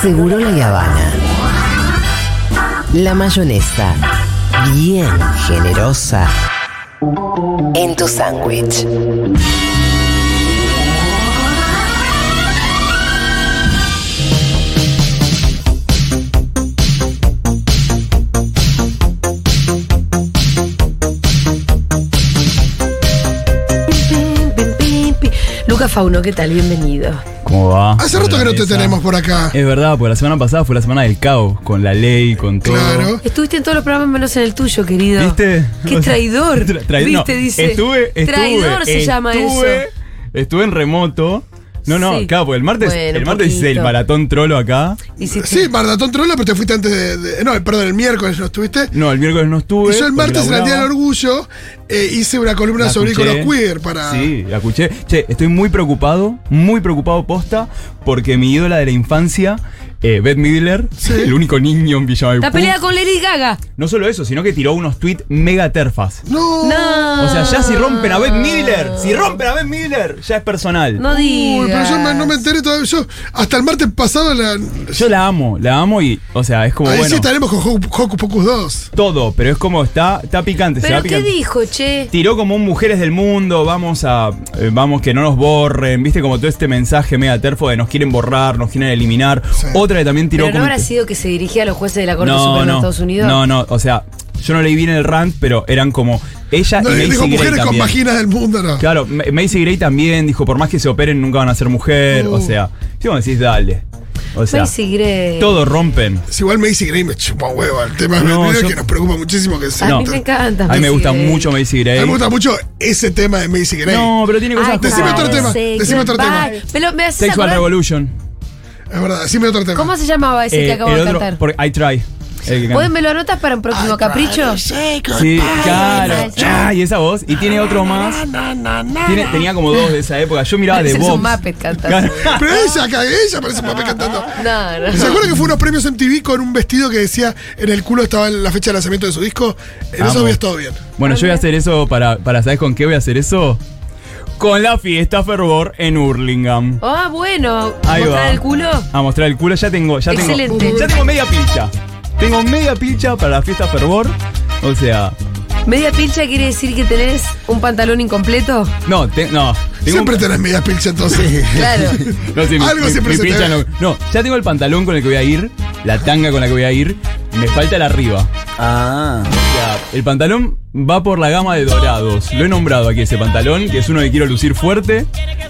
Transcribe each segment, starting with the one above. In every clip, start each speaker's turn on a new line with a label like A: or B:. A: Seguro la Habana. La mayonesa. Bien generosa. En tu sándwich.
B: Pim, pim, pim, pim. Luca Fauno, ¿qué tal? Bienvenido.
C: ¿Cómo va?
D: Hace rato que no te
C: Esa.
D: tenemos por acá.
C: Es verdad, porque la semana pasada fue la semana del caos, con la ley, con todo.
D: Claro.
B: Estuviste en todos los programas menos en el tuyo, querido.
C: ¿Viste?
B: Qué
C: O sea,
B: traidor.
C: tra- traidor, no,
B: ¿Viste? Dice.
C: Estuve, estuve.
B: traidor se
C: estuve-
B: llama eso.
C: Estuve en remoto. No, no,
B: Sí.
C: claro, porque el martes,
B: Bueno,
C: el martes hice
B: poquito.
C: el maratón trolo acá.
B: Hiciste-
D: Sí, Bardatón Trola, pero te fuiste antes de, de- No, perdón, el miércoles no estuviste.
C: No, el miércoles no estuve.
D: y yo el
C: porque
D: martes en el Día del
C: laburaba.
D: Orgullo eh, hice una columna
C: La
D: sobre
C: escuché.
D: iconos queer para.
C: Sí, la escuché. Che, estoy muy preocupado, muy preocupado posta, porque mi ídola de la infancia, eh, Beth Midler, el único niño en Villa
B: La
C: Maipú,
B: pelea con Lady Gaga.
C: No solo eso, sino que tiró unos tweets mega terfas.
D: No.
B: No.
C: O sea, ya si rompen a Beth Midler, si rompen a Beth Midler, ya es personal.
B: No digas.
D: Uy, pero yo me- no me enteré todavía. Yo, hasta el martes pasado, la,
C: Yo la amo, la amo y, o sea, es como
D: ahí sí
C: bueno,
D: estaremos con Hoc- Hocus Pocus 2.
C: todo, pero es como está, está picante, se
B: ¿Pero
C: va
B: qué
C: picante.
B: dijo, che?
C: Tiró como un mujeres del mundo, vamos a, eh, vamos que no nos borren, viste como todo este mensaje mega terfo de nos quieren borrar, nos quieren eliminar. Otra que también tiró
B: ¿Pero no
C: como
B: habrá sido que se dirigía a los jueces de la Corte Suprema de Estados Unidos?
C: No, no, o sea, yo no leí bien el rant, pero eran como ella
D: No,
C: Ah, y Macy
D: dijo
C: Gray
D: mujeres con
C: también.
D: vaginas del mundo, no.
C: Claro, Ma- Macy Gray también dijo, por más que se operen, nunca van a ser mujer. O sea, si vos decís, dale. O sea,
B: Mm. Macy Gray.
C: todos rompen.
D: Si igual Macy Gray me chupa hueva. El tema
C: No,
D: del video
C: yo-
D: que nos preocupa muchísimo que se.
B: A
C: No.
B: mí me encanta.
C: A mí me
B: Macy
C: gusta
B: Gray.
C: mucho Macy
D: A mí
C: Gray.
D: me gusta mucho ese tema de Macy Gray.
C: No, pero tiene cosas
B: Ay,
D: Decime
C: como-
B: claro,
D: otro tema,
B: sé,
D: decime otro tema.
B: goodbye. Pero me haces
C: Sexual
B: acordar-
C: Revolution.
D: Es verdad, decime otro tema.
B: ¿Cómo se llamaba ese que
C: Eh,
B: acabo
C: el
B: de
C: otro,
B: cantar?
C: por- I Try. el que canta.
B: ¿Vos me lo anotas para un próximo capricho?
C: Sí,
B: Ay,
C: claro.
B: sí.
C: Ah, y esa voz. Y tiene otro más. Tiene- tenía como dos de esa época. Yo miraba de
B: Pareces
C: Vox.
B: un Muppet cantando.
C: Claro.
D: Pero ella, acá, ella parece un papel cantando.
B: No, no.
D: ¿Se acuerdan que fue unos premios MTV con un vestido que decía en el culo estaba la fecha de lanzamiento de su disco? En
C: Amo.
D: eso había estado bien.
C: Bueno, yo voy a hacer eso para, para ¿sabes con qué voy a hacer eso? Con la fiesta Fervor en Hurlingham.
B: Ah, bueno.
C: Ahí
B: ¿Mostrar
C: va.
B: el culo?
C: A mostrar el culo, ya tengo, ya tengo.
B: Excelente.
C: Ya tengo media pilcha. Tengo media pilcha para la fiesta Fervor. O sea,
B: ¿Media pincha quiere decir que tenés un pantalón incompleto?
C: no, te- no. Tengo
D: Siempre
C: un-
D: tenés medias pilcha entonces.
B: Claro.
C: no, sí, mi-
D: Algo
C: mi-
D: siempre
C: mi
D: se te
C: pilcha
D: ve.
C: no, no, ya tengo el pantalón con el que voy a ir, la tanga con la que voy a ir, y me falta la arriba.
E: Ah.
C: O sea, el pantalón va por la gama de dorados. Lo he nombrado aquí ese pantalón, que es uno que quiero lucir fuerte.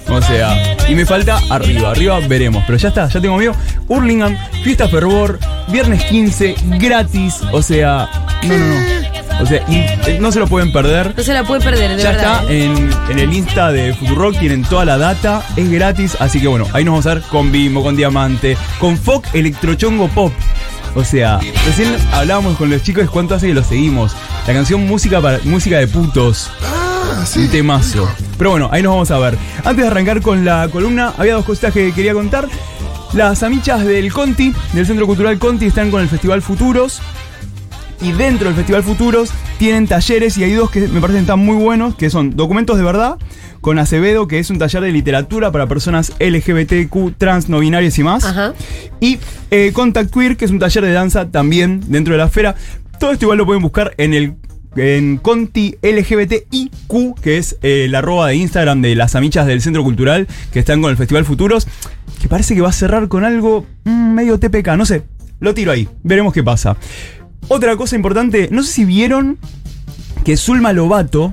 C: O sea, y me falta arriba, arriba veremos. Pero ya está, ya tengo mío. Hurlingham, fiesta fervor, viernes 15, gratis. O sea, no, no, no. O sea, y, eh, no se lo pueden perder.
B: No se la puede perder, de
C: Ya
B: verdad.
C: está
B: ¿eh?
C: en, en el Insta de Futurock, tienen toda la data, es gratis, así que bueno, ahí nos vamos a ver con Bimbo, con Diamante, con Foc Electrochongo Pop. O sea, recién hablábamos con los chicos cuánto hace que los seguimos. La canción Música para Música de putos,
D: Ah,
C: un
D: sí.
C: temazo. Pero bueno, ahí nos vamos a ver. Antes de arrancar con la columna, había dos cositas que quería contar. Las amichas del Conti, del Centro Cultural Conti, están con el Festival Futuros y dentro del Festival Futuros tienen talleres y hay dos que me parecen tan muy buenos, que son Documentos de Verdad, con Acevedo, que es un taller de literatura para personas LGBTQ, trans, no binarias y más.
B: Ajá.
C: Y eh, Contact Queer, que es un taller de danza también dentro de la esfera. Todo esto igual lo pueden buscar en el en Conti LGBTIQ, que es eh, la arroba de Instagram de las amichas del Centro Cultural, que están con el Festival Futuros, que parece que va a cerrar con algo mm, medio TPK, no sé. Lo tiro ahí, veremos qué pasa. Otra cosa importante, no sé si vieron que Zulma Lobato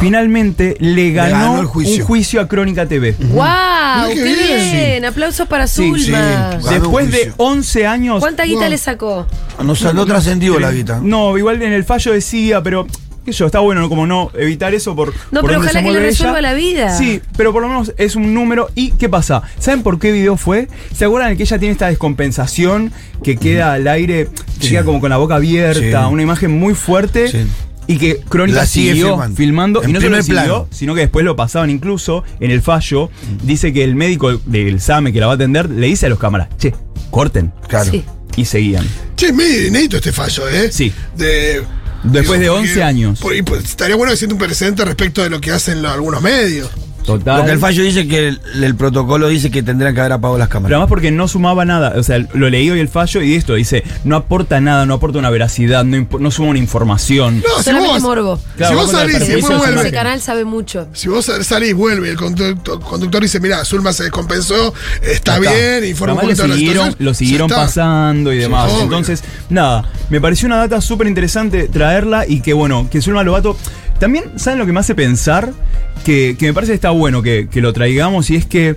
C: finalmente le ganó,
E: ganó el juicio.
C: un juicio a Crónica TV.
B: ¡Wow!
D: Mira
B: ¡Qué
D: qué
B: bien!
D: bien.
B: Aplausos para
C: Sí,
B: Zulma.
E: sí. Ganó
C: Después
E: un
C: de
E: juicio.
C: 11 años.
B: ¿Cuánta guita
D: Wow.
B: le sacó?
E: No, sal- no trascendió la guita.
C: No, igual en el fallo decía, pero qué sé yo, está bueno como no evitar eso por.
B: No,
C: por
B: pero
C: dónde
B: ojalá
C: se
B: que le
C: mueve
B: resuelva
C: ella.
B: la vida.
C: Sí, pero por lo menos es un número. ¿Y qué pasa? ¿Saben por qué video fue? ¿Se acuerdan que ella tiene esta descompensación que queda al aire, que
E: Sí.
C: queda como con la boca abierta,
E: Sí.
C: una imagen muy fuerte?
E: Sí.
C: Y que Crónica
E: La sigue
C: siguió filmando,
E: filmando.
C: y
E: En
C: no solo
E: primer
C: siguió,
E: plano.
C: sino que después lo pasaban incluso en el fallo. Dice que el médico del SAME que la va a atender le dice a los cámaras, che, corten.
E: Claro.
B: Sí.
C: Y seguían.
D: Che, es medio inédito este fallo, ¿eh?
C: Sí.
D: De-
C: Después de 11
D: porque-
C: años.
D: por- y, pues, estaría bueno que siente un precedente respecto de lo que hacen lo- algunos medios.
C: Total.
E: Porque el fallo dice que el, el protocolo dice que tendrían que haber apagado las
C: Pero
E: cámaras.
C: además porque no sumaba nada. O sea, lo leí hoy el fallo y esto dice, no aporta nada, no aporta una veracidad, no, impo- no suma una información.
D: No, si
B: Solamente
D: vos,
B: morbo.
C: Claro,
D: si
C: va
D: vos
C: contra el
D: salís y
C: permiso
D: después
C: de su
B: Ese
D: vuelve.
C: marca.
B: canal sabe mucho.
D: Si vos salís, vuelve, el conductor, conductor dice, mira, Zulma se descompensó, está,
C: Está.
D: bien, informa un
C: Además,
D: poquito de
C: lo
D: la
C: siguieron,
D: situación,
C: lo siguieron
D: ya está.
C: pasando y demás.
D: obvio.
C: Entonces, nada, me pareció una data súper interesante traerla y que bueno, que Zulma Lobato. También, ¿saben lo que me hace pensar? Que, que me parece que está bueno que, que lo traigamos y es que.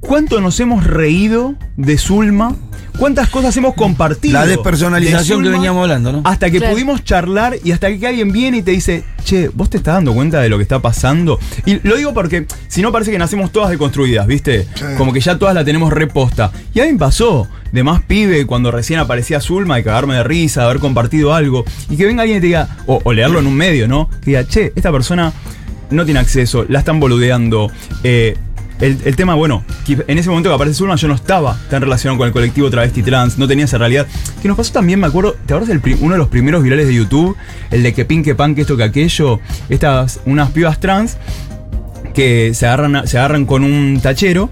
C: ¿Cuánto nos hemos reído de Zulma? ¿Cuántas cosas hemos compartido?
E: La despersonalización
C: de
E: que
C: Zulma?
E: veníamos hablando, ¿no?
C: Hasta que
B: Claro.
C: pudimos charlar y hasta que alguien viene y te dice, che, ¿vos te estás dando cuenta de lo que está pasando? Y lo digo porque si no parece que nacemos todas deconstruidas, ¿viste?
D: Sí.
C: Como que ya todas la tenemos reposta. Y a mí me pasó, de más pibe, cuando recién aparecía Zulma y cagarme de risa, de haber compartido algo, y que venga alguien y te diga, o, o leerlo en un medio, ¿no? Que diga, che, esta persona no tiene acceso, la están boludeando. eh, el, el tema, bueno, que en ese momento que aparece Zulma yo no estaba tan relacionado con el colectivo travesti trans, no tenía esa realidad. Que nos pasó también, me acuerdo, ¿te acuerdas del pri- uno de los primeros virales de YouTube? El de que pin, que pan, que esto, que aquello. Estas, unas pibas trans que se agarran, a- se agarran con un tachero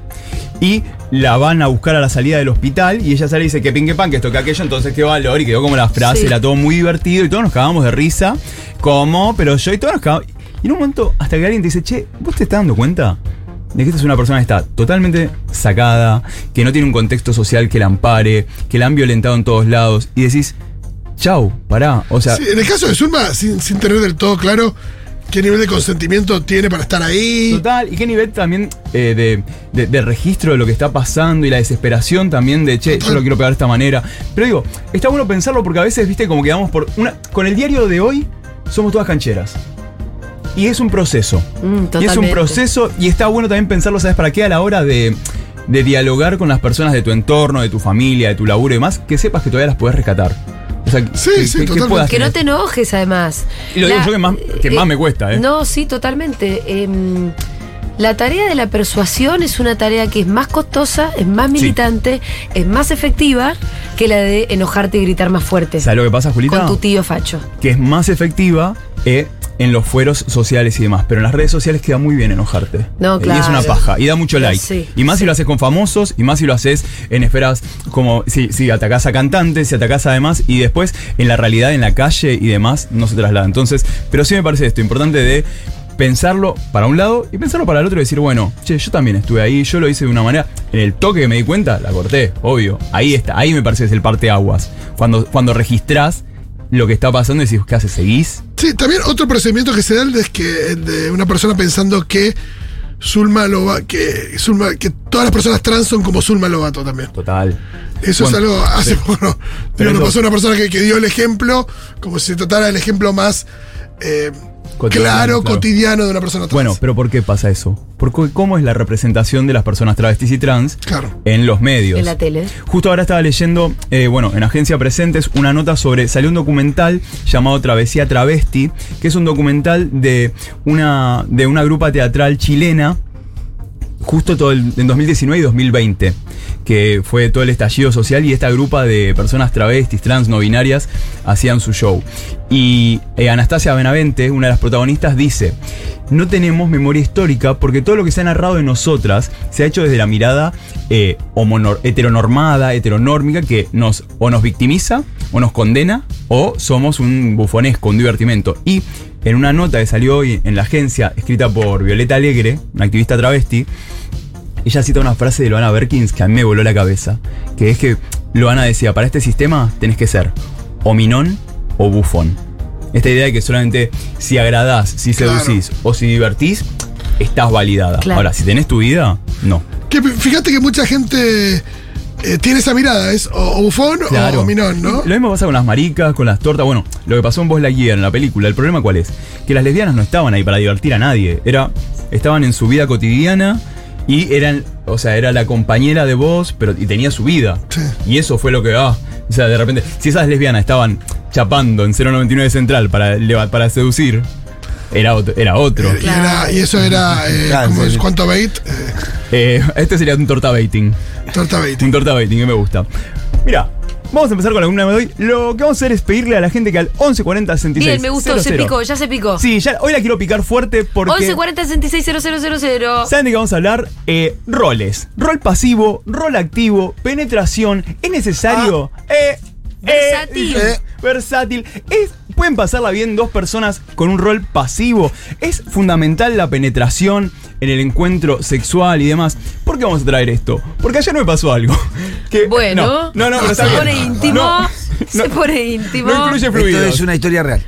C: y la van a buscar a la salida del hospital y ella sale y dice que pin que pan, que esto que aquello, entonces qué valor y quedó como la frase,
B: Sí.
C: era todo muy divertido y todos nos cagamos de risa, como, pero yo y todos nos cagamos. Y en un momento hasta que alguien te dice, che, ¿vos te estás dando cuenta? De que esta es una persona que está totalmente sacada, que no tiene un contexto social que la ampare, que la han violentado en todos lados y decís, chau, pará, o sea...
D: Sí, en el caso de Zulma, sin, sin tener del todo claro qué nivel de consentimiento tiene para estar ahí.
C: Total, y qué nivel también eh, de, de- de registro de lo que está pasando y la desesperación también de, che, yo lo quiero pegar de esta manera. Pero digo, está bueno pensarlo porque a veces, viste, como quedamos por... Una, con el diario de hoy somos todas cancheras. Y es un proceso.
B: Mm,
C: y es un
B: totalmente.
C: proceso y está bueno también pensarlo, ¿sabes para qué? A la hora de, de dialogar con las personas de tu entorno, de tu familia, de tu laburo y demás, que sepas que todavía las puedes rescatar. O sea,
D: Sí,
C: que,
D: sí,
C: que- que
D: totalmente.
C: puedas
B: Que no
C: tener-
B: te enojes, además.
C: Ah, Y lo digo yo que más- que más me cuesta, ¿eh?
B: No, sí, totalmente. Em, la tarea de la persuasión es una tarea que es más costosa, es más militante, es más efectiva que la de enojarte y gritar más fuerte.
C: ¿Sabes lo que pasa, Julita?
B: Con tu tío Facho.
C: que es más efectiva eh, en los fueros sociales y demás. Pero en las redes sociales queda muy bien enojarte.
B: No,
C: Eh, Y es
B: claro.
C: una paja. Y da mucho like.
B: Sí,
C: y más si lo haces con famosos, y más si lo haces en esferas como si, si atacás a cantantes, si atacás a demás, y después en la realidad, en la calle y demás, no se traslada. Entonces, pero sí me parece esto, importante de pensarlo para un lado y pensarlo para el otro y decir, bueno, che, yo también estuve ahí, yo lo hice de una manera, en el toque que me di cuenta, la corté, obvio. Ahí está, ahí me parece que es el parte aguas. Cuando, cuando registrás lo que está pasando y decís, ¿qué haces? ¿Seguís?
D: Sí, también otro procedimiento que se da es que el de una persona pensando que Zulma Lobato, que, Zulma, que todas las personas trans son como Zulma Lobato también.
C: Total.
D: Eso
C: Bueno,
D: es algo hace poco. Digo,
C: Tremendo.
D: nos pasó una persona que, que dio el ejemplo, como si se tratara del ejemplo más eh,
C: Cotidiano,
D: claro,
C: claro.
D: cotidiano de una persona trans.
C: Bueno, pero ¿por qué pasa eso? Porque cómo es la representación de las personas travestis y trans
D: Claro.
C: en los medios.
B: En la tele.
C: Justo ahora estaba leyendo, eh, bueno, en Agencia Presentes, una nota sobre. Salió un documental llamado Travesía Travesti, que es un documental de una, de una grupa teatral chilena justo todo el, en 2019 y 2020, que fue todo el estallido social y esta grupa de personas travestis, trans, no binarias, hacían su show. Y eh, Anastasia Benavente, una de las protagonistas, dice, no tenemos memoria histórica porque todo lo que se ha narrado de nosotras se ha hecho desde la mirada eh, homonor- heteronormada, heteronórmica, que nos, o nos victimiza, o nos condena, o somos un bufonesco, un divertimento. Y en una nota que salió hoy en la agencia, escrita por Violeta Alegre, una activista travesti, ella cita una frase de Loana Berkins que a mí me voló la cabeza, que es que Loana decía, para este sistema tenés que ser o minón o bufón. Esta idea de que solamente si agradás, si
D: Claro.
C: seducís o si divertís, estás validada.
B: Claro.
C: Ahora, si tenés tu vida, no.
D: Que fíjate que mucha gente eh, tiene esa mirada, es o, o bufón o- o, minón, ¿no?
C: Lo mismo pasa con las maricas, con las tortas. Bueno, lo que pasó en Vos la guía, en la película, el problema cuál es? Que las lesbianas no estaban ahí para divertir a nadie. Era, estaban en su vida cotidiana y eran, o sea, era la compañera de vos, pero y tenía su vida.
D: Sí.
C: Y eso fue lo que, ah, o sea, de repente, si esas lesbianas estaban chapando en 099 Central para, leva- para seducir, era otro. Era otro.
D: Eh, Y, era- y eso era, eh,
E: Claro,
D: como
E: sí,
D: es,
E: sí.
D: ¿cuánto bait? Eh,
C: Eh, este sería un torta baiting.
D: torta bait.
C: Un torta baiting que me gusta. Mira, Vamos a empezar con la columna de hoy. Lo que vamos a hacer es pedirle a la gente que al 1140 66
B: Bien, me gustó, se picó, ya se picó.
C: Sí, ya, hoy la quiero picar fuerte porque.
B: 1140 660000.
C: ¿Saben de qué vamos a hablar? Eh, roles. Rol pasivo, rol activo, penetración. ¿Es necesario? Eh,
B: Ah. Versátil.
C: eh, versátil. Es- pueden pasarla bien dos personas con un rol pasivo. Es fundamental la penetración en el encuentro sexual y demás. ¿Por qué vamos a traer esto? Porque ayer me pasó algo. Que,
B: Bueno,
C: No, no, no, pero
B: se
C: está bien.
B: pone íntimo.
C: No,
B: se
C: no,
B: pone íntimo.
C: no incluye
E: Esto
C: fluidos.
E: es una historia real.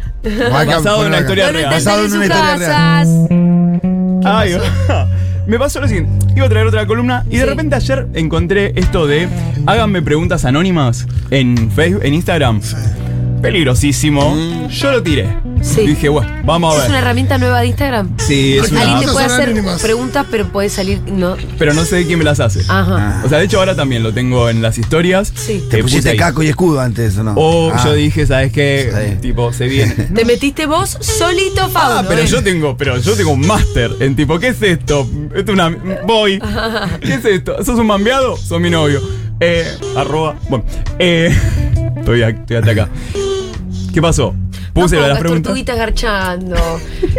C: Basado en una historia
B: no lo
C: real.
E: Basado
B: intenten en
E: en
B: sus
E: una historia real.
B: casas.
C: Ay, me pasó lo siguiente. Iba a traer otra columna y de
B: Sí.
C: repente ayer encontré esto de háganme preguntas anónimas en Facebook, en Instagram. Peligrosísimo. Yo lo tiré.
B: Mm. Sí.
C: Dije, bueno, vamos a
B: Es una
C: ver.
B: herramienta nueva de Instagram.
C: Sí, es una
D: Alguien
B: Alguien te
D: Preguntas
B: puede hacer
D: anónimas.
B: preguntas, pero puede salir. No.
C: pero no sé quién me las hace.
B: Ajá.
C: O sea, de hecho ahora también lo tengo en las historias.
B: Sí.
E: Te
C: Eh, puse
E: pusiste
C: ahí.
E: caco y escudo antes, ¿o no?
C: O
E: Ah.
C: Oh, yo dije, ¿sabes qué?
E: Está bien.
C: Tipo, se viene.
B: Te metiste vos solito, Fauno.
C: Ah, pero
B: ¿eh?
C: yo tengo, pero yo tengo un máster en tipo, ¿qué es esto? Esto es una. Voy. ¿Qué es esto? ¿Sos un mambeado? Sos mi novio. Eh, arroba. Bueno, eh. Estoy, a- estoy hasta acá. ¿Qué pasó? Puse
B: no
C: las
B: pongas
C: preguntas.
B: tortuguitas garchando.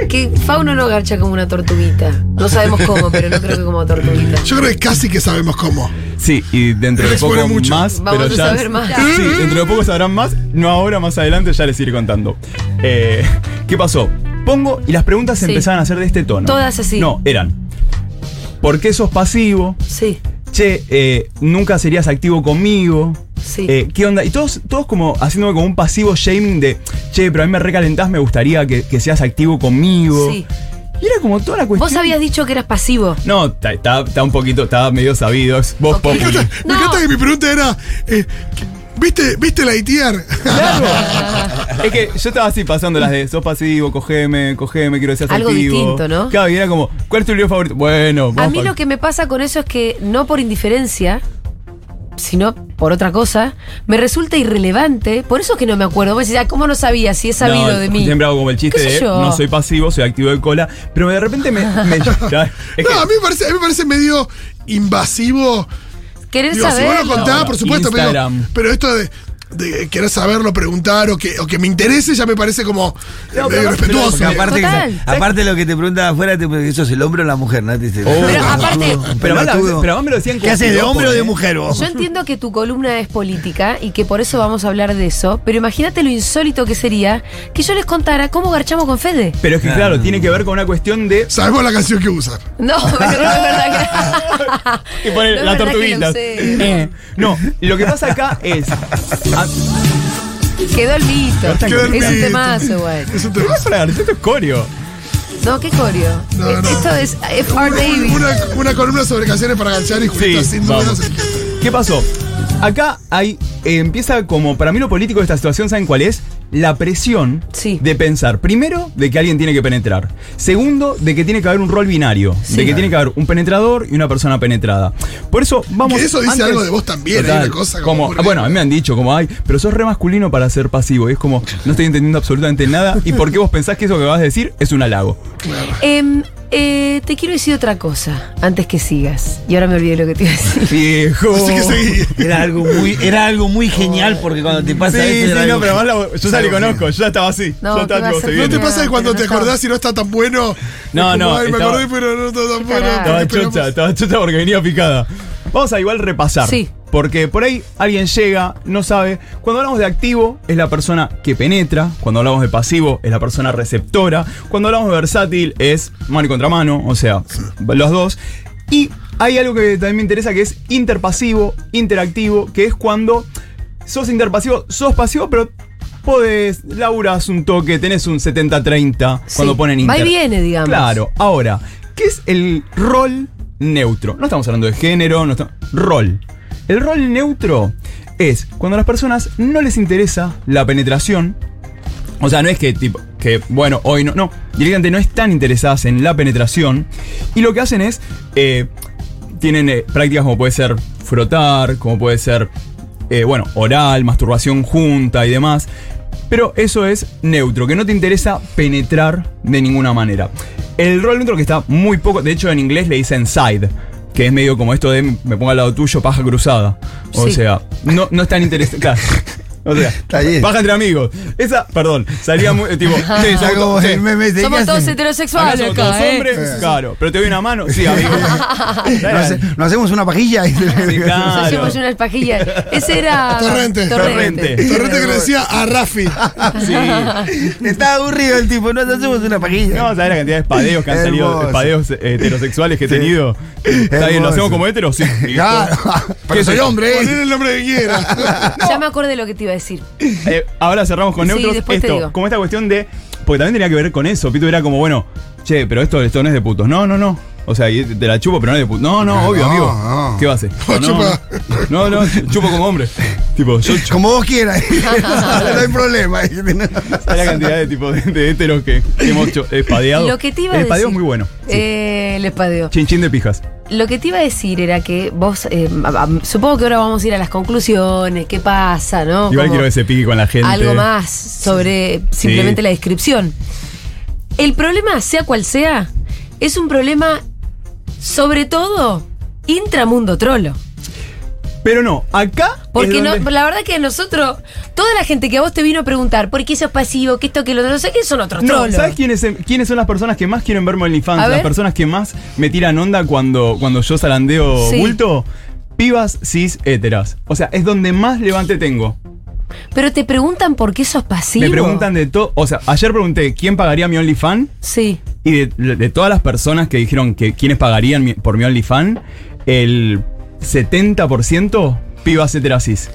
B: Que Fauno no garcha como una tortuguita. No sabemos cómo, pero no creo que como tortuguita.
D: Yo creo que casi que sabemos cómo.
C: Sí, y dentro de
D: Les
C: poco
D: pone mucho.
C: más.
B: Vamos
C: pero
B: a
C: ya,
B: saber más.
C: Sí, dentro de poco sabrán más. No ahora, más adelante ya les iré contando. Eh, ¿Qué pasó? Pongo y las preguntas se
B: Sí.
C: empezaban a hacer de este tono.
B: Todas así.
C: No, eran. ¿Por qué sos pasivo?
B: Sí,
C: Che, eh, nunca serías activo conmigo.
B: sí.
C: Eh, ¿Qué onda? Y todos, todos como haciéndome como un pasivo shaming de, che, pero a mí me recalentás, me gustaría que, que seas activo conmigo.
B: sí.
C: Y era como toda la cuestión.
B: Vos habías dicho que eras pasivo.
C: No, está- está está un poquito, estaba medio sabido. es Vos,
B: Ok.
C: populi.
D: Me
B: No.
D: encanta que mi pregunta era. eh, ¿Viste, ¿Viste la ITR?
C: Claro. es que yo estaba así pasando las de sos pasivo, cogeme, cogeme, quiero decir
B: Algo
C: activo.
B: distinto, ¿no?
C: Claro, y era como, ¿cuál es tu libro favorito? Bueno,
B: A
C: vos,
B: mí
C: pa-
B: lo que me pasa con eso es que no por indiferencia, sino por otra cosa, me resulta irrelevante. Por eso es que no me acuerdo. Vos decís, ah, ¿cómo no sabía si he sabido
C: No,
B: de mí?
C: Siempre hago como el chiste
B: ¿Qué sé
C: de
B: yo?
C: no soy pasivo, soy activo de cola, pero de repente me. me- es que-
D: No, a mí, me parece, a mí me parece medio invasivo.
B: Querés
D: Digo, si vos
B: saberlo.
D: lo contás, por supuesto, pero,
C: Instagram.
D: pero esto de, de querer saberlo, preguntar o que, o que me interese ya me parece como eh,
C: No, pero
D: medio
C: no,
D: respetuoso.
E: Porque aparte, que-
B: Total.
E: aparte lo que te preguntaba afuera, te que sos el hombre o la mujer, ¿no? Te dice,
C: Oh.
B: Pero aparte-
C: Pero más la-
E: pelotudo.
C: pero más me lo decían
E: ¿Qué
C: como
E: haces de
C: piropo,
E: hombre o
C: eh?
E: de mujer vos?
B: Yo entiendo que tu columna es política y que por eso vamos a hablar de eso, pero imagínate lo insólito que sería que yo les contara cómo garchamos con Fede.
C: Pero es que claro, tiene que ver con una cuestión de.
D: Sabemos la canción que usan.
B: No, pero no es verdad
C: Y poner
B: No es verdad que
C: las
B: lo
C: tortuguitas.
B: usé.
C: Eh, No, lo que pasa acá es. ah,
B: que quedó el mito.
D: Quedó el
B: es un
D: mito.
B: temazo, güey.
D: Es un
C: ¿Qué
D: tema.
C: pasa, Lagarto? Esto es coreo.
B: No, qué coreo.
D: No,
B: Eh,
D: no.
B: Esto es F.R. Davis.
D: Una, una columna sobre canciones para ganchar y Julito,
C: Sí,
D: sin duda.
C: vamos. ¿Qué pasó? Acá hay, eh, empieza como, para mí lo político de esta situación, ¿saben cuál es? La presión
B: Sí.
C: de pensar, primero, de que alguien tiene que penetrar. Segundo, de que tiene que haber un rol binario.
B: Sí.
C: De que tiene que haber un penetrador y una persona penetrada. Por eso, vamos...
D: Que eso dice algo de vos también, hay una cosa como
C: como...
D: muy
C: ah, bueno, a mí me han dicho, como, ay, pero sos re masculino para ser pasivo. Y es como, no estoy entendiendo absolutamente nada. ¿Y por qué vos pensás que eso que vas a decir es un halago?
B: Em, eh, te quiero decir otra cosa antes que sigas. Y ahora me olvidé lo que te iba a decir.
C: Viejo.
D: Así que seguí.
E: Era algo muy, era algo muy genial porque cuando te
C: Oh. Sí,
E: pasa eso.
C: sí,
E: era
C: no,
E: algo-
C: pero más la- yo ya le
E: algo
C: conozco, yo ya estaba así.
B: No,
C: yo
B: ¿qué
C: estaba
B: vas a
C: tipo, se
B: hacer?
D: ¿No
C: viene.
D: te pasa que cuando
B: Pero
D: te
B: no
D: acordás y no está tan bueno?
C: No,
D: Es como,
C: no,
D: Ay, me
C: estaba-
D: acordé, pero no está tan bueno.
B: carajo.
C: Estaba
D: Esperamos.
C: chocha, estaba chocha porque venía picada. Vamos a igual repasar.
B: pues- Sí.
C: Porque por ahí alguien llega, no sabe. Cuando hablamos de activo, es la persona que penetra. Cuando hablamos de pasivo, es la persona receptora. Cuando hablamos de versátil, es mano y contramano. O sea, los dos. Y hay algo que también me interesa que es interpasivo, interactivo, que es cuando sos interpasivo, sos pasivo, pero podés, laburás un toque, tenés un 70-30
B: Sí.
C: cuando ponen
B: Va
C: inter.
B: y viene, digamos.
C: Claro, ahora, ¿qué es el rol neutro? No estamos hablando de género, no estamos- Rol. El rol neutro es cuando a las personas no les interesa la penetración. O sea, no es que tipo, que bueno, hoy no. No, directamente no están interesadas en la penetración. Y lo que hacen es. eh, tienen eh, prácticas como puede ser frotar, como puede ser, eh, bueno, oral, masturbación junta y demás. Pero eso es neutro, que no te interesa penetrar de ninguna manera. El rol neutro que está muy poco, de hecho en inglés le dicen side, que es medio como esto de me pongo al lado tuyo, paja cruzada. O
B: Sí.
C: sea, no, no es tan interesante. claro. O sea,
E: Está bien.
C: paja entre amigos. Esa, perdón, salía muy, eh, tipo, sí, somos
E: Hago
C: todos- sí,
E: el meme de
B: Somos
E: ellas
B: todos
E: en-
C: acá
B: heterosexuales
C: somos
B: acá,
C: todos
B: ¿eh?
C: hombres, claro, pero te doy una mano, sí, amigo.
E: ¿No, hace- no hacemos una pajilla? Y-
C: claro.
B: Hacemos unas pajillas. Ese era.
D: Torrente.
C: Torrente.
D: Torrente que le decía a Rafi.
C: Sí.
E: Está aburrido el tipo, no hacemos una pajilla.
C: No, ¿sabes la cantidad de espadeos que han salido?
E: Hermoso.
C: Espadeos eh, heterosexuales que he tenido. Está bien, ¿lo
E: Hermoso.
C: hacemos como heteros? Sí. listo.
E: Claro.
C: ¿Qué
E: Pero soy
C: sé yo?
E: hombre,
D: Poner
E: ¿eh?
D: el nombre que quiera.
B: Ya me acordé lo que te iba a decir.
C: Eh, ahora cerramos con
B: Sí,
C: neutros.
B: después te
C: esto,
B: digo.
C: como esta cuestión de. Porque también tenía que ver con eso. Pito era como, bueno, che, pero esto, esto no es de putos. No, no, no. O sea, y te la chupo, pero no es de putos. No, no, obvio,
E: no,
C: amigo.
E: no.
C: ¿Qué va a hacer?
D: No,
C: No,
D: chupa.
C: no, no, chupo como hombre. Tipo, yo chupo.
E: Como vos quieras. no hay problema.
C: ¿Sabes la cantidad de tipo de, de heteros que hemos cho- espadeado?
B: Lo que te iba a
C: El
B: decir.
C: espadeo es muy bueno. Sí.
B: Eh, el espadeo.
C: Chin chin de pijas.
B: Lo que te iba a decir era que vos. eh, a- a- supongo que ahora vamos a ir a las conclusiones. ¿Qué pasa, no?
C: Igual
B: Como
C: quiero que se pique con la gente.
B: Algo más sobre simplemente
C: Sí.
B: la descripción. El problema, sea cual sea, es un problema, sobre todo, intramundo trolo.
C: Pero no, acá.
B: Porque
C: es
B: no,
C: donde-
B: la verdad que a nosotros, toda la gente que a vos te vino a preguntar por qué sos pasivo, que esto, que lo otro, no sé qué, son otros
C: No,
B: trolos.
C: ¿sabes quiénes, quiénes son las personas que más quieren verme en la
B: A
C: infancia?
B: ver.
C: Las personas que más me tiran onda cuando, cuando yo zarandeo
B: Sí.
C: bulto. Pibas cis héteras. O sea, es donde más levante tengo.
B: Pero te preguntan por qué sos pasivo.
C: Me preguntan de todo. O sea, ayer pregunté quién pagaría mi OnlyFans
B: Sí.
C: y de, de todas las personas que dijeron que quiénes pagarían mi- por mi OnlyFans, el 70% pibas héteras cis.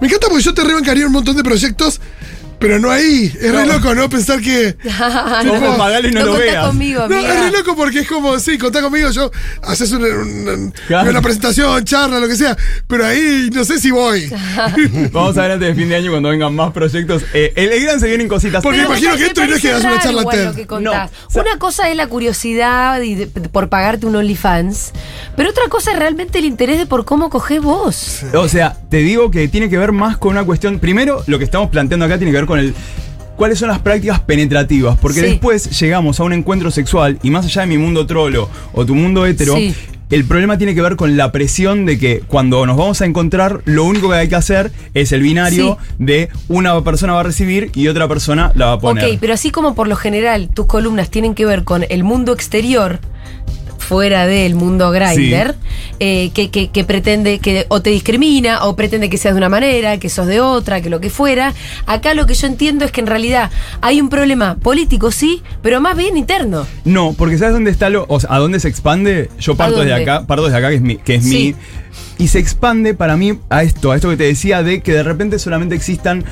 D: Me encanta porque yo te reencarné un montón de proyectos, pero no ahí. Es re loco, ¿no? Pensar que.
C: Vos
D: no.
C: pagalo y no,
B: Ah, No
C: lo
B: contás
C: veas.
B: conmigo,
D: No, es
B: amiga.
D: re loco porque es como, sí, contá conmigo, yo haces una, una-
C: Claro.
D: una presentación, charla, lo que sea, pero ahí no sé si voy.
C: Vamos a ver antes de fin de año cuando vengan más proyectos. Eh, el, el gran se vienen cositas.
D: Porque
B: Pero
C: Pero-
B: me
D: imagino
B: pa-
D: que
B: me
D: esto no es
B: parece
D: que das una
B: raro
D: charla
B: igual
D: TED.
B: lo que contás.
C: No, o sea-
B: una cosa es la curiosidad y de- por pagarte un OnlyFans, pero otra cosa es realmente el interés de por cómo cogés vos.
C: O sea, te digo que tiene que ver más con una cuestión. Primero, lo que estamos planteando acá tiene que ver con el. ¿Cuáles son las prácticas penetrativas? Porque
B: Sí.
C: después llegamos a un encuentro sexual y más allá de mi mundo trolo o tu mundo hetero,
B: Sí.
C: el problema tiene que ver con la presión de que cuando nos vamos a encontrar, lo único que hay que hacer es el binario de una persona va a recibir y otra persona la va a poner.
B: Ok, pero así como por lo general tus columnas tienen que ver con el mundo exterior, fuera del mundo grinder, eh, que, que- que pretende que o te discrimina, o pretende que seas de una manera, que sos de otra, que lo que fuera. Acá lo que yo entiendo es que en realidad hay un problema político, sí, pero más bien interno.
C: No, porque ¿sabes dónde está lo.? O sea, ¿a dónde se expande? Yo parto
B: dónde?
C: desde acá, parto desde acá, que es mi. Que es
B: Sí.
C: mi y se expande para mí a esto, a esto que te decía, de que de repente solamente existan.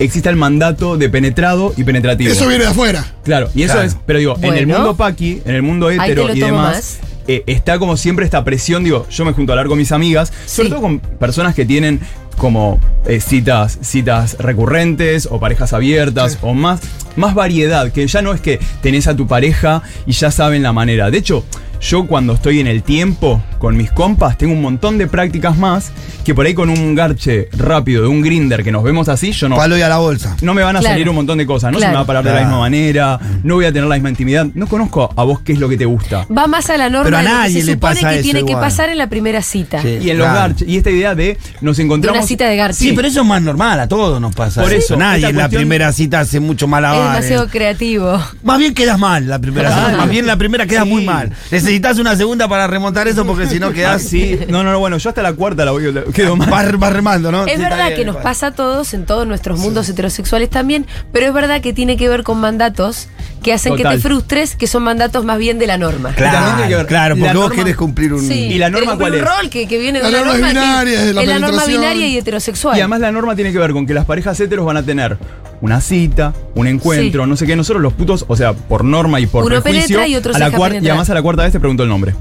C: Exista el mandato de penetrado y penetrativo.
D: Eso viene de afuera.
C: Claro, y eso
E: Claro.
C: es. Pero digo, en el
B: Bueno.
C: mundo paqui, en el mundo
B: te
C: hetero
B: lo
C: y
B: tomo
C: demás.
B: más.
C: eh, está como siempre esta presión, digo, yo me junto a hablar con mis amigas, sobre
B: Sí.
C: todo con personas que tienen como eh, citas, citas recurrentes o parejas abiertas o más, más variedad, que ya no es que tenés a tu pareja y ya saben la manera. De hecho, yo cuando estoy en el tiempo con mis compas tengo un montón de prácticas más que por ahí con un garche rápido de un grinder que nos vemos así, yo no
E: Palo y a la bolsa.
C: no me van a
B: Claro.
C: salir un montón de cosas, no se me
B: Claro.
C: va a parar de la
E: Claro.
C: misma manera, no voy a tener la misma intimidad, no conozco a vos qué es lo que te gusta.
B: Va más a la norma
E: Pero a
B: de lo que
E: nadie
B: se
E: le
B: supone
E: pasa
B: que
E: eso
B: tiene que
E: igual.
B: pasar en la primera cita.
E: Sí.
C: Y en los
E: Claro.
C: garches, y esta idea de nos encontramos.
B: cita de garche.
E: Sí, pero eso es más normal, a todos nos pasa.
C: Por
E: Por
C: eso,
E: eso, nadie
C: esta
E: en la
C: cuestión-
E: primera cita hace mucho
B: Es
E: malabares.
B: demasiado creativo.
E: Más bien quedas mal la primera
C: Claro.
E: cita. Más bien la primera quedas
C: Sí.
E: muy mal. Necesitas una segunda para remontar eso porque si no
C: Ah,
E: quedas
C: sí. No, no, no, bueno, yo hasta la cuarta la voy a.
E: Ah,
C: Quedo mal.
E: Vas, vas remando,
B: Es
E: ¿no? Sí, está
B: verdad
E: bien,
B: que nos
E: igual.
B: pasa a todos en todos nuestros mundos heterosexuales también, pero es verdad que tiene que ver con mandatos que hacen que
C: Total.
B: te frustres, que son mandatos más bien de la norma.
C: También tiene que
E: Claro,
C: ver-
E: claro,
C: la
E: porque vos
C: norma-
E: querés cumplir un.
B: Sí,
C: ¿Y la norma
B: tenés que
C: cuál
B: cumplir un
C: es?
B: rol que, que viene de
D: La
B: una
D: norma
B: norma,
D: es
B: que
D: binaria, es la
B: es la norma
D: penetración.
B: binaria y heterosexual.
C: Y además la norma tiene que ver con que las parejas heteros van a tener una cita, un encuentro, no sé qué. Nosotros los putos, o sea, por norma y por
B: Uno
C: prejuicio,
B: penetra y otro
C: a
B: se
C: la
B: deja
C: cuar- y
B: penetrar.
C: además a la cuarta vez te pregunto el nombre.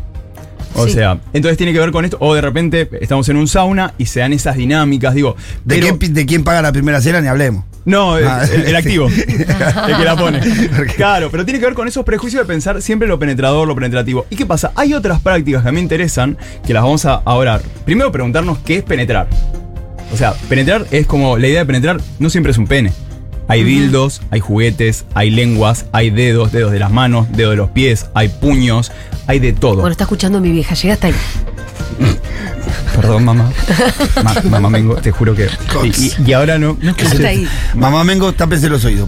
C: O
B: Sí.
C: sea, entonces tiene que ver con esto. O de repente estamos en un sauna y se dan esas dinámicas, digo.
E: ¿De,
C: pero-
E: quién, pi- de quién paga la primera cena? Ni hablemos.
C: No,
E: Ah,
C: el, el
E: sí.
C: activo. el que la pone. Claro, pero tiene que ver con esos prejuicios de pensar siempre lo penetrador, lo penetrativo. ¿Y qué pasa? Hay otras prácticas que me interesan que las vamos a ahora. Primero preguntarnos qué es penetrar. O sea, penetrar es como la idea de penetrar no siempre es un pene. Hay dildos, hay juguetes, hay lenguas, hay dedos, dedos de las manos, dedos de los pies, hay puños, hay de todo.
B: Bueno, está escuchando mi vieja, llega hasta ahí.
C: Perdón, mamá. Ma- mamá Mengo, te juro que.
D: Cox.
C: Y, y- y ahora no. no escuché.
B: Hasta ahí.
E: Mamá Mengo, tápense los oídos.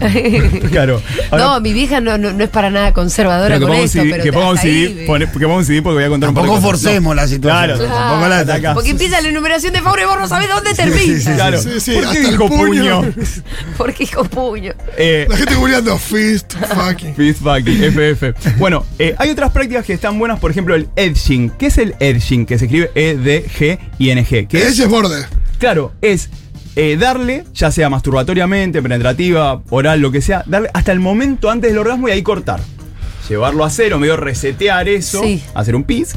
C: Claro. Ahora-
B: no, mi vieja no, no, no es para nada conservadora
C: Claro,
B: con
C: que
B: esto,
C: vamos a
B: pero
C: que
B: hasta
C: vamos a
B: ahí,
C: decidir, pone- que vamos a decidir porque voy a contar un
E: Tampoco
C: poco de cosas.
E: forcemos la situación.
C: Claro.
E: Tampoco la
B: Claro,
E: atacás.
B: Porque empieza la enumeración de Fabra y vos no sabés dónde termina.
C: No. Claro.
D: Sí, sí,
C: ¿Por qué
D: hasta el
C: dijo puño?
D: puño.
B: Porque hijo puño.
C: Eh,
D: La gente googleando fist, fucking.
C: Feedback, FF. Bueno, eh, hay otras prácticas que están buenas, por ejemplo, el edging. ¿Qué es el edging? Que se escribe E E-D-G-I-N-G. Que es,
D: Ese es borde.
C: claro, es eh, darle, ya sea masturbatoriamente, penetrativa, oral, lo que sea, darle hasta el momento antes del orgasmo y ahí cortar. Llevarlo a cero, medio resetear eso,
B: Sí.
C: hacer un pis.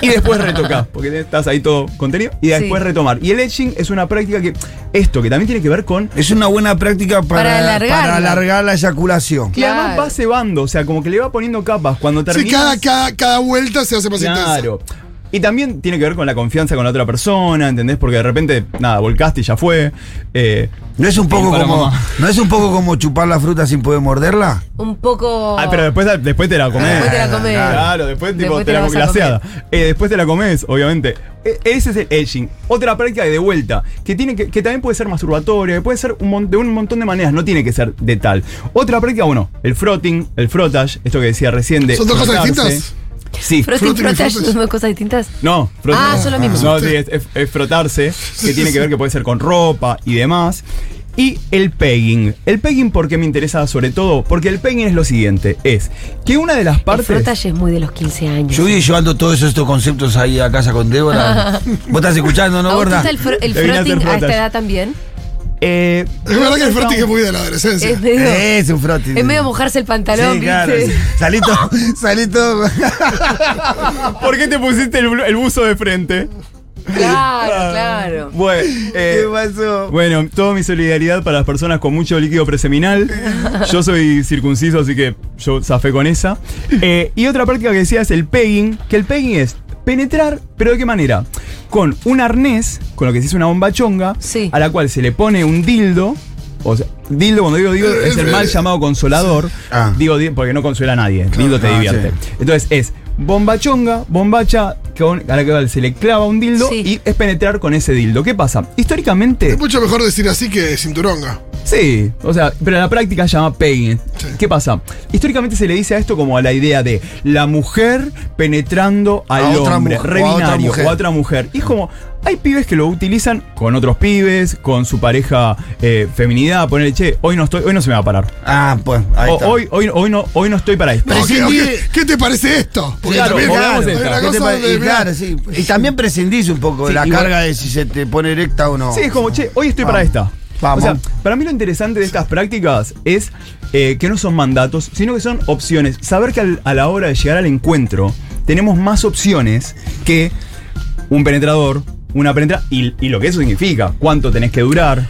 C: Y después retocar, porque estás ahí todo contenido, y después
B: Sí.
C: retomar. Y el edging es una práctica que, esto, que también tiene que ver con
E: Es una buena práctica para,
B: Para alargarla.
E: para alargar la eyaculación.
C: Y además
B: Claro.
C: va cebando, o sea, como que le va poniendo capas. Cuando termina.
D: Sí, cada, cada, cada vuelta se hace más intensa.
C: Claro. Y también tiene que ver con la confianza con la otra persona, ¿entendés? Porque de repente, nada, volcaste y ya fue. Eh,
E: ¿No es un poco
C: Para
E: como
C: mamá.
E: no es un poco como chupar la fruta sin poder morderla?
B: Un poco.
C: ah, pero después, después te la comés.
B: Después te la comés.
C: Claro, después, tipo,
B: Después
C: te,
B: te
C: la
B: la vas a
C: glaseada. Eh, después te la comés, obviamente. E- ese es el edging. Otra práctica de vuelta, que, tiene que, que también puede ser masturbatoria, que puede ser un mon- de un montón de maneras, no tiene que ser de tal. Otra práctica, bueno, el frotting, el frotage, esto que decía recién de.
D: ¿Son dos cosas
C: frotarse.
D: distintas?
C: Sí.
B: Frote y
D: Frote y
B: frote
D: frote.
B: son dos cosas distintas.
C: No, frotar.
B: Ah, son lo mismo.
C: No, sí, es, es- es frotarse, que tiene que ver que puede ser con ropa y demás. Y el pegging. El pegging, ¿por qué me interesa sobre todo? Porque el pegging es lo siguiente: es que una de las partes.
B: El frotalle es muy de los 15 años.
E: Yo voy llevando todos estos conceptos ahí a casa con Débora. Vos estás escuchando,
B: ¿A
E: ¿no,
B: vos te
E: gorda?
B: gusta el, fro- el
C: Te vine a hacer
B: frotting a esta
C: frotalle.
B: edad también?
C: eh,
D: Es verdad que el frotting es muy de la adolescencia.
B: Es medio,
E: Eh, Es un frote.
B: es medio mojarse el pantalón,
E: Sí,
B: ¿viste?
E: claro. Salí todo, salí todo.
C: ¿Por qué te pusiste el, blu- el buzo de frente?
B: Claro, claro.
C: Bueno, eh,
E: ¿Qué pasó?
C: bueno, toda mi solidaridad para las personas con mucho líquido preseminal. Yo soy circunciso, así que yo zafé con esa. Eh, y otra práctica que decía es el pegging, que el pegging es penetrar, pero ¿de qué manera? Con un arnés, con lo que se dice una bomba chonga,
B: Sí.
C: a la cual se le pone un dildo. O sea, dildo, cuando digo dildo, es el mal llamado consolador.
E: Ah.
C: Digo di- porque no consuela a nadie. dildo te
E: Ah,
C: divierte.
E: sí.
C: Entonces es bomba chonga, bombacha, con- a la que se le clava un dildo
B: Sí.
C: y es penetrar con ese dildo. ¿Qué pasa? Históricamente,
D: Es mucho mejor decir así que cinturonga.
C: sí, o sea, pero en la práctica se llama pegging.
D: Sí.
C: ¿Qué pasa? Históricamente se le dice a esto como a la idea de la mujer penetrando
E: A
C: al
E: otra
C: hombre,
E: mujer,
C: re
E: o a otra
C: binario,
E: mujer.
C: o a otra mujer. Y es como, hay pibes que lo utilizan con otros pibes, con su pareja eh, feminidad, ponerle, che, hoy no estoy, hoy no se me va a parar.
E: Ah, pues, ahí
C: O-
E: está.
C: hoy, hoy, hoy, no, hoy no estoy para esto.
D: No, ¿qué,
E: Prescindir-
D: qué- qué te parece esto? Porque
C: Claro,
D: también
C: volvamos
D: hay
C: a
D: una
C: entrar.
E: ¿Qué te
D: cosa
E: pare-
D: donde,
E: y,
D: mirá,
E: claro, sí. pues. y también prescindís un poco de
C: Sí,
E: la
C: igual-
E: carga de si se te pone erecta o no.
C: Sí, es como, che, hoy estoy para
E: Oh. Vamos.
C: esta.
E: Vamos.
C: O sea, para mí lo interesante de estas prácticas es eh, que no son mandatos, sino que son opciones. Saber que al- a la hora de llegar al encuentro tenemos más opciones que un penetrador, una penetra y, y lo que eso significa, cuánto tenés que durar.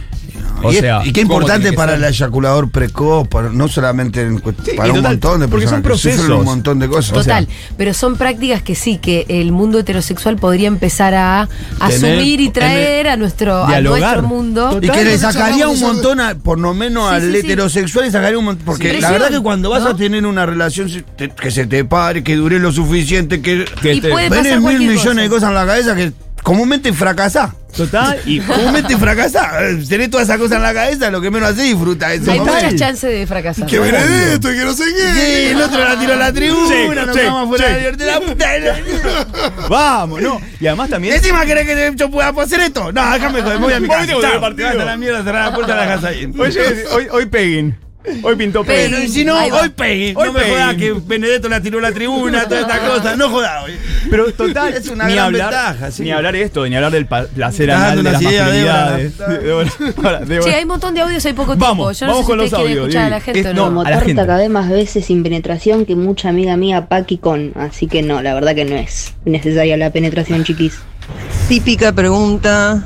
C: O
E: y, es-
C: sea,
E: y qué
C: cómo
E: importante
C: tenés que
E: para
C: ser.
E: el eyaculador precoz, para- no solamente en cuest-
C: Sí,
E: para
C: y
E: un
C: total,
E: montón de
C: porque son
E: personas que sufren
C: procesos.
E: un montón de cosas.
B: Total, pero son prácticas que sí, que el mundo heterosexual podría empezar a asumir y traer a nuestro, a
C: dialogar.
B: nuestro mundo.
E: y que le
D: Total.
E: sacaría un
D: Nosotros-
E: montón, a- por lo menos
B: Sí,
E: al
B: sí, sí.
E: heterosexual, le sacaría un montón. Porque la
B: Presión,
E: verdad que cuando vas
B: ¿no?
E: a tener una relación, se- te- que se te pare, que dure lo suficiente, que.
C: Que
B: Y
C: te-
B: puede pasar
E: Venés mil
B: cualquier
E: millones
B: cosa.
E: de cosas en la cabeza que comúnmente fracasás.
C: Total, y
E: Comúnmente fracasás. Eh, Tenés todas esas cosas en la cabeza, lo que menos haces disfruta eso.
B: Hay
E: momento.
B: muchas chances de fracasar.
D: Que Benedetto, y que no sé
E: Sí,
D: qué.
E: el otro la tiró a la tribuna,
C: Che,
E: nos
C: che,
E: quedamos fuera
C: che.
E: de la- de la puta. de la-
C: vamos, ¿no? Y además
E: Y
C: también...
E: encima querés que yo pueda hacer esto. No, déjame joder, me voy a mi
C: Vos
E: casa.
C: viste cuando
E: Chao.
C: el partido.
E: Te vas a la mierda, cerrar la puerta de la casa.
C: Oye, hoy, hoy peguen. Hoy pintó peguen.
E: Pero y si no,
B: Ahí va.
E: hoy pegué.
C: Hoy
E: No me
C: pegué.
E: jodas que Benedetto la tiró a la tribuna, toda esta cosa. No jodas, hoy.
C: Pero total,
E: Es una
C: ni,
E: gran
C: hablar,
E: ventaja, sí.
C: ni hablar esto, ni hablar del pa- placer
E: Dando
C: anal de
E: unas
C: las
E: ideas,
C: masculinidades.
E: Débora.
C: Débora, ahora, Débora.
B: Che, hay un montón de audios, hay poco tiempo.
C: Vamos,
B: Yo no
C: vamos
B: sé si
C: con los
B: ustedes quieren
C: audios.
B: escuchar a la
C: Divi.
B: gente
C: Es-
B: o no.
F: Como
C: a la gente.
F: torta acabé más veces sin penetración que mucha amiga mía Paqui con, así que no, la verdad que no es necesaria la penetración, chiquis.
G: típica pregunta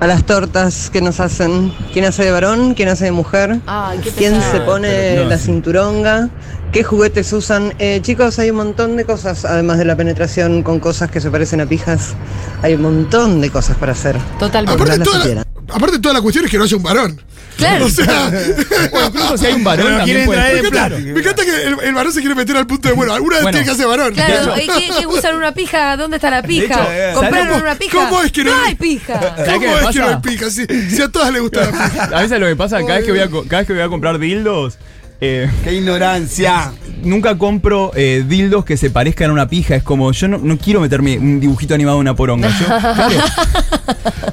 G: a las tortas que nos hacen. ¿Quién hace de varón? ¿Quién hace de mujer?
B: Ay, qué
G: ¿Quién
B: pesado.
G: se pone
C: Pero no,
G: la
C: sí.
G: cinturonga? ¿Qué juguetes usan? Eh, chicos, hay un montón de cosas, además de la penetración con cosas que se parecen a pijas. Hay un montón de cosas para hacer.
B: Totalmente.
D: Aparte
G: Ojalá
D: toda, la,
G: supieran.
D: aparte, toda la cuestión es que no haya un varón.
B: Claro.
D: O sea,
C: Bueno, pero si hay un varón
E: Pero
C: también
E: quieren
C: puede-
E: traer
D: me,
E: en
D: encanta,
E: plástico.
D: me encanta que el, el varón se quiere meter al punto de, bueno, alguna vez
C: Bueno.
D: tiene que hacer varón.
B: Claro,
C: De
B: ¿y qué, qué usan una pija? ¿Dónde está la
C: De
B: pija?
C: hecho, eh,
B: ¿Compraron una
D: ¿sabes cómo-
B: pija?
D: cómo es que no-
B: no hay pija.
C: ¿Sabés qué me
D: ¿Cómo es que no
C: pasa?
D: hay pica? Si, si a todas les gusta la pica.
C: A veces lo que pasa, cada vez que voy a, co- cada vez que voy a comprar dildos, eh,
E: ¡Qué ignorancia!
C: nunca compro eh, dildos que se parezcan a una pija. Es como, yo no, no quiero meterme un dibujito animado de una poronga. Yo, claro,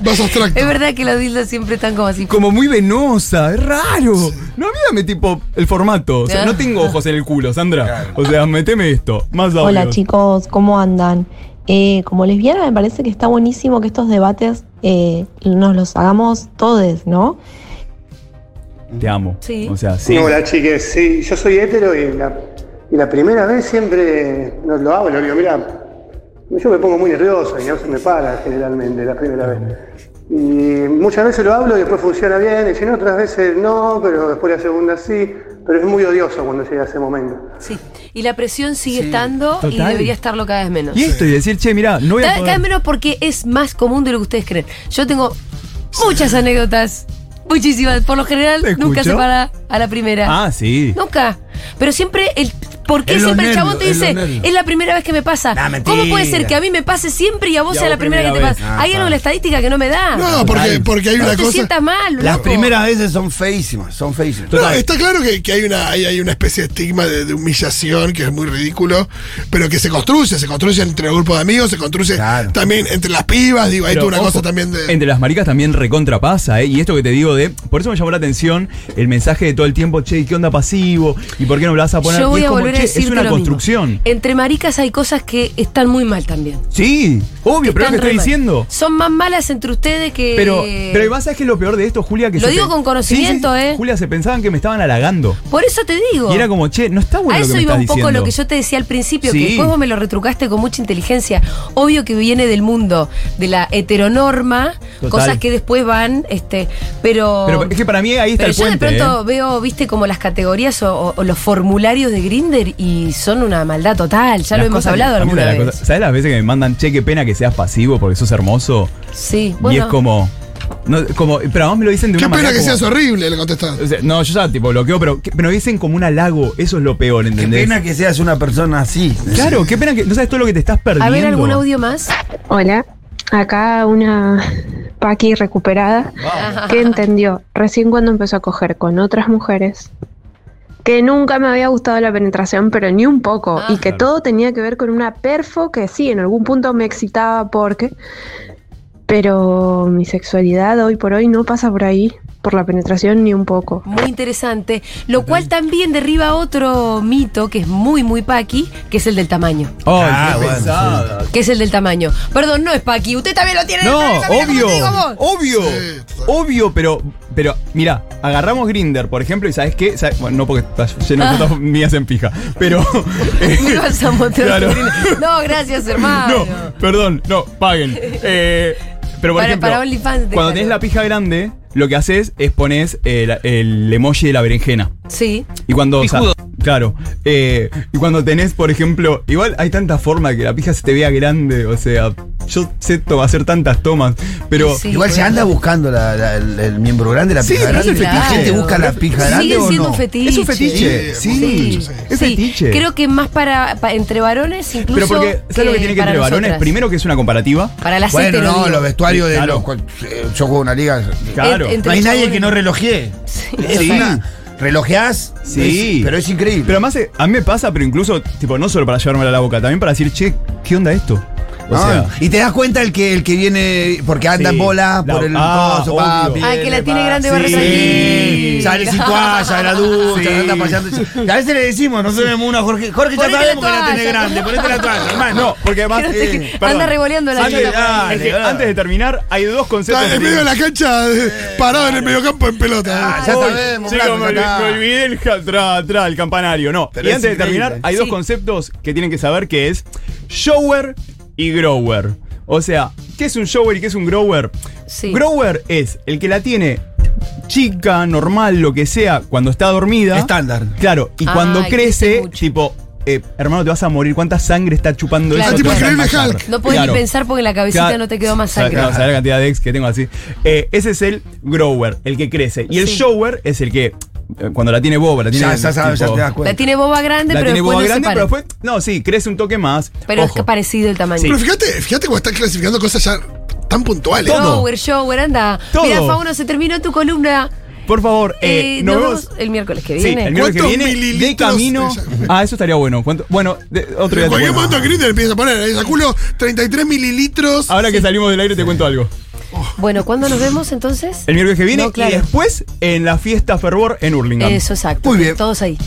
D: Vas abstracto.
B: Es verdad que los dildos siempre están como así.
C: como muy venosa, es raro. No mírame tipo el formato. O sea, no tengo ojos en el culo, Sandra. O sea, meteme esto. Más audios.
H: Hola chicos, ¿cómo andan? Eh, como lesbiana me parece que está buenísimo que estos debates eh, nos los hagamos todos, ¿no?
C: Te amo.
B: Sí.
C: O sea, sí.
I: Hola chiques, sí, yo soy hetero y la, y la primera vez siempre nos lo hago, lo digo, mira, yo me pongo muy nervioso y no se me para generalmente la primera vez. Y muchas veces lo hablo y después funciona bien, y si no, otras veces no, pero después la segunda sí, pero es muy odioso cuando llega ese momento.
B: Sí. Y la presión sigue estando y
C: Total.
B: debería estarlo cada vez menos.
C: Y esto, y decir, che, mirá, no voy a
B: Cada, cada
C: poder.
B: vez menos porque es más común de lo que ustedes creen. Yo tengo muchas anécdotas, muchísimas. Por lo general,
C: Te
B: nunca
C: escucho.
B: se para a la primera.
C: Ah, sí.
B: Nunca. Pero siempre el. ¿Por qué
E: En los
B: siempre el chabón te
E: nervios, en
B: dice,
E: los nervios.
B: es la primera vez que me pasa?
E: Nah, mentira.
B: ¿Cómo puede ser que a mí me pase siempre y a vos
C: Y a
B: sea
C: vos
B: la primera, que
C: primera
B: te
C: vez.
B: pasa?
E: Ah,
B: Hay algo en la estadística que no me da.
D: No, porque,
E: Total.
D: porque hay
B: No
D: una
B: te
D: cosa.
B: sientas mal,
E: Las
B: loco.
E: primeras veces son feísimas, son feísimas.
D: No, está claro que, que hay, una, hay, hay una especie de estigma de, de humillación que es muy ridículo, pero que se construye, se construye entre un grupo de amigos, se construye
E: Claro.
D: también entre las pibas, digo, hay
C: Pero,
D: toda una
C: ojo,
D: cosa también de...
C: Entre las maricas también recontra pasa, ¿eh? Y esto que te digo de. Por eso me llamó la atención el mensaje de todo el tiempo, che, ¿y ¿qué onda pasivo? ¿Y por qué no me lo vas a poner?
B: Yo
C: Y
B: voy
C: es
B: a
C: como,
B: volver a
C: che,
B: decirte
C: Es una
B: lo mismo.
C: construcción.
B: Entre maricas hay cosas que están muy mal también.
C: Sí, obvio, pero es
B: Están
C: lo que estoy
B: re mal.
C: diciendo.
B: Son más malas entre ustedes que.
C: Pero, pero el pasa es que lo peor de esto, Julia, que
B: Lo
C: se
B: digo
C: pe-
B: con conocimiento,
C: Sí, sí, sí.
B: ¿eh?
C: Julia, se pensaban que me estaban halagando.
B: Por eso te digo.
C: Y era como, che, no está bueno
B: A
C: lo que
B: eso
C: me
B: iba
C: estás
B: un poco
C: diciendo.
B: lo que yo te decía al principio,
C: Sí.
B: que después vos me lo retrucaste con mucha inteligencia. Obvio que viene del mundo de la heteronorma,
C: Total.
B: cosas que después van, este, pero.
C: Pero es que para mí ahí está
B: pero
C: el
B: yo
C: puente, ¿eh?
B: de pronto veo, viste, como las categorías o, o- o los formularios de Grinder y son una maldad total. Ya lo
C: Las
B: hemos
C: cosas que-
B: hablado
C: a mí
B: alguna
C: las
B: vez.
C: cosas- ¿Sabes las veces que me mandan, che, qué pena que seas pasivo porque sos hermoso?
B: Sí,
C: Y
B: bueno.
C: es como. No, como pero además me lo dicen de
D: Qué
C: una
D: pena
C: manera.
D: que
C: como- Eh,
D: seas horrible, le contestás.
C: O sea, no, yo ya tipo bloqueo, pero que- pero dicen como un halago, eso es lo peor,
E: Qué
C: ¿entendés?
E: pena que seas una persona así.
C: Claro, qué pena que no sabes todo lo que te estás perdiendo.
B: A ver, ¿algún audio más?
H: Hola, acá una Paqui recuperada que entendió recién cuando empezó a coger con otras mujeres que nunca me había gustado la penetración, pero ni un poco, y que todo tenía que ver con una perfo que sí, en algún punto me excitaba porque, pero mi sexualidad hoy por hoy no pasa por ahí, por la penetración ni un poco.
B: Muy interesante. Lo cual también derriba otro mito que es muy, muy paqui, que es el del tamaño.
C: Ay,
E: Ah,
C: qué
E: bueno,
C: pesada.
B: Que es el del tamaño. Perdón, no es Paqui. Usted también lo tiene en
C: No,
B: la cabeza, mira cómo
C: obvio,
B: te digo vos.
C: obvio,
D: Sí, total.
C: obvio, pero, pero, mira, agarramos Grinder, por ejemplo, y ¿sabes qué? ¿Sabes? Bueno, no porque estás lleno
B: Ah.
C: de fotos mías en pija, pero... eh,
B: Me vas a mostrar
C: Claro.
B: tu green- No, gracias, hermano.
C: No, perdón, no, paguen. Eh, pero por
B: Para-
C: ejemplo,
B: para OnlyFans,
C: cuando
B: déjalo.
C: tenés la pija grande, lo que haces es pones el, el emoji de la berenjena.
B: Sí.
C: Y cuando. o sea, claro. eh, y cuando tenés, por ejemplo, igual hay tanta forma de que la pija se te vea grande. O sea, yo sé to- hacer tantas tomas. Pero.
B: Sí.
E: Igual se anda buscando la- la- el, el miembro grande, la
C: Sí,
E: pija
C: pero es
E: grande.
C: un
E: ¿La
C: fetiche.
E: gente busca la pija grande
B: Sigue
E: o
B: siendo
E: no?
B: un fetiche.
C: Es un fetiche.
D: Sí,
B: Sí,
C: Sí. Es
B: sí.
C: fetiche.
B: Creo que más para, pa- entre varones incluso.
C: pero porque, ¿sabes lo que tiene que
B: para
C: entre varones?
B: nosotras.
C: Primero que es una comparativa.
B: Para las
E: Bueno,
B: hetero,
E: no,
B: digo.
E: los vestuarios de
C: Claro.
E: los. cual- eh, Yo juego una liga.
B: Ent-
C: Claro.
E: No hay
B: Entre
E: nadie
B: chabones.
E: que no relojee. Es
C: Sí.
E: una- Relojeás,
C: Sí.
E: es- pero es increíble.
C: Pero además, eh, a mí me pasa, pero incluso, tipo, no solo para llevármela a la boca, también para decir, che, ¿qué onda esto? O sea.
E: Ah, y te das cuenta el que el que viene porque anda
C: Sí.
E: en bola
C: La-
E: por el
C: ah,
E: coso,
C: obvio.
E: papi.
B: Ah, que la tiene grande va a
E: Sí,
B: resentir.
E: sale sin toalla de la ducha,
C: Sí.
E: anda paseando. A veces le decimos, no tenemos una Jorge. Jorge, ya
B: Ponete la
E: sabemos que la
B: toalla.
E: tenés grande, ponete la toalla, hermano.
C: No, porque además.
B: Que no te-
C: eh,
B: anda
C: perdón.
B: revoleando la
C: antes,
B: pelota por ahí.
C: es que antes de terminar, hay dos conceptos.
D: Está en
C: que
D: medio de
C: tienen-
D: la cancha, eh, parado en el mediocampo en pelota.
E: Ah, ya
C: Uy,
E: sabemos,
C: chicos,
E: flaco,
C: me,
E: ya está.
C: me olvidé el ja- tra- tra, el campanario. No.
E: Pero
C: y
E: es
C: antes de terminar,
E: increíble.
C: hay dos
B: Sí.
C: conceptos que tienen que saber que es shower y grower. O sea, ¿qué es un shower y qué es un grower?
B: Sí.
C: Grower es el que la tiene chica, normal, lo que sea, cuando está dormida.
E: Estándar.
C: Claro, y
B: Ah,
C: cuando
B: y crece
C: crece,
B: mucho.
C: tipo, eh, hermano, te vas a morir, cuánta sangre está chupando
B: Claro.
C: eso.
B: Ah, tipo
C: Te vas a
D: Increíble
C: matar.
D: Hulk.
B: No podés
C: Claro.
B: ni pensar porque en la cabecita
C: Claro.
B: no te quedó más
C: Sabe-
B: sangre.
C: no, sabe la cantidad de ex que tengo así. Eh, ese es el grower, el que crece. Y el
B: Sí.
C: shower es el que, eh, cuando la tiene boba, la tiene.
E: Ya, ya, sabes, ya
C: tipo-
E: te das cuenta.
B: la tiene boba grande,
C: La
B: pero
C: tiene
B: después no
C: boba
B: se
C: grande, pero
B: para.
C: después. No, sí, crece un toque más.
B: Pero es
C: Ojo.
B: parecido el tamaño.
C: Sí.
D: Pero fíjate, fíjate cómo están clasificando cosas ya tan puntuales.
B: Shower, shower, anda.
C: Todo.
B: Mira, Fauno, se terminó tu columna.
C: Por favor, eh,
B: Eh,
C: nos
B: nos
C: vemos.
B: vemos el miércoles que
C: Sí,
B: viene.
C: el miércoles que
D: ¿Cuántos
C: viene. De
D: mililitros?
C: camino.
D: Esa-
C: Ah, eso estaría bueno. ¿Cuánto? Bueno, de- otro día
D: En
C: te
D: cualquier
C: cuento.
D: momento Grindr empieza a poner, esa culo 33 mililitros.
C: Ahora que salimos del aire te cuento algo.
B: Bueno, ¿cuándo nos vemos entonces?
C: El miércoles que viene
B: No, claro.
C: y después en la fiesta Fervor en Hurlingham.
B: Eso, exacto.
D: Muy bien.
B: Todos ahí.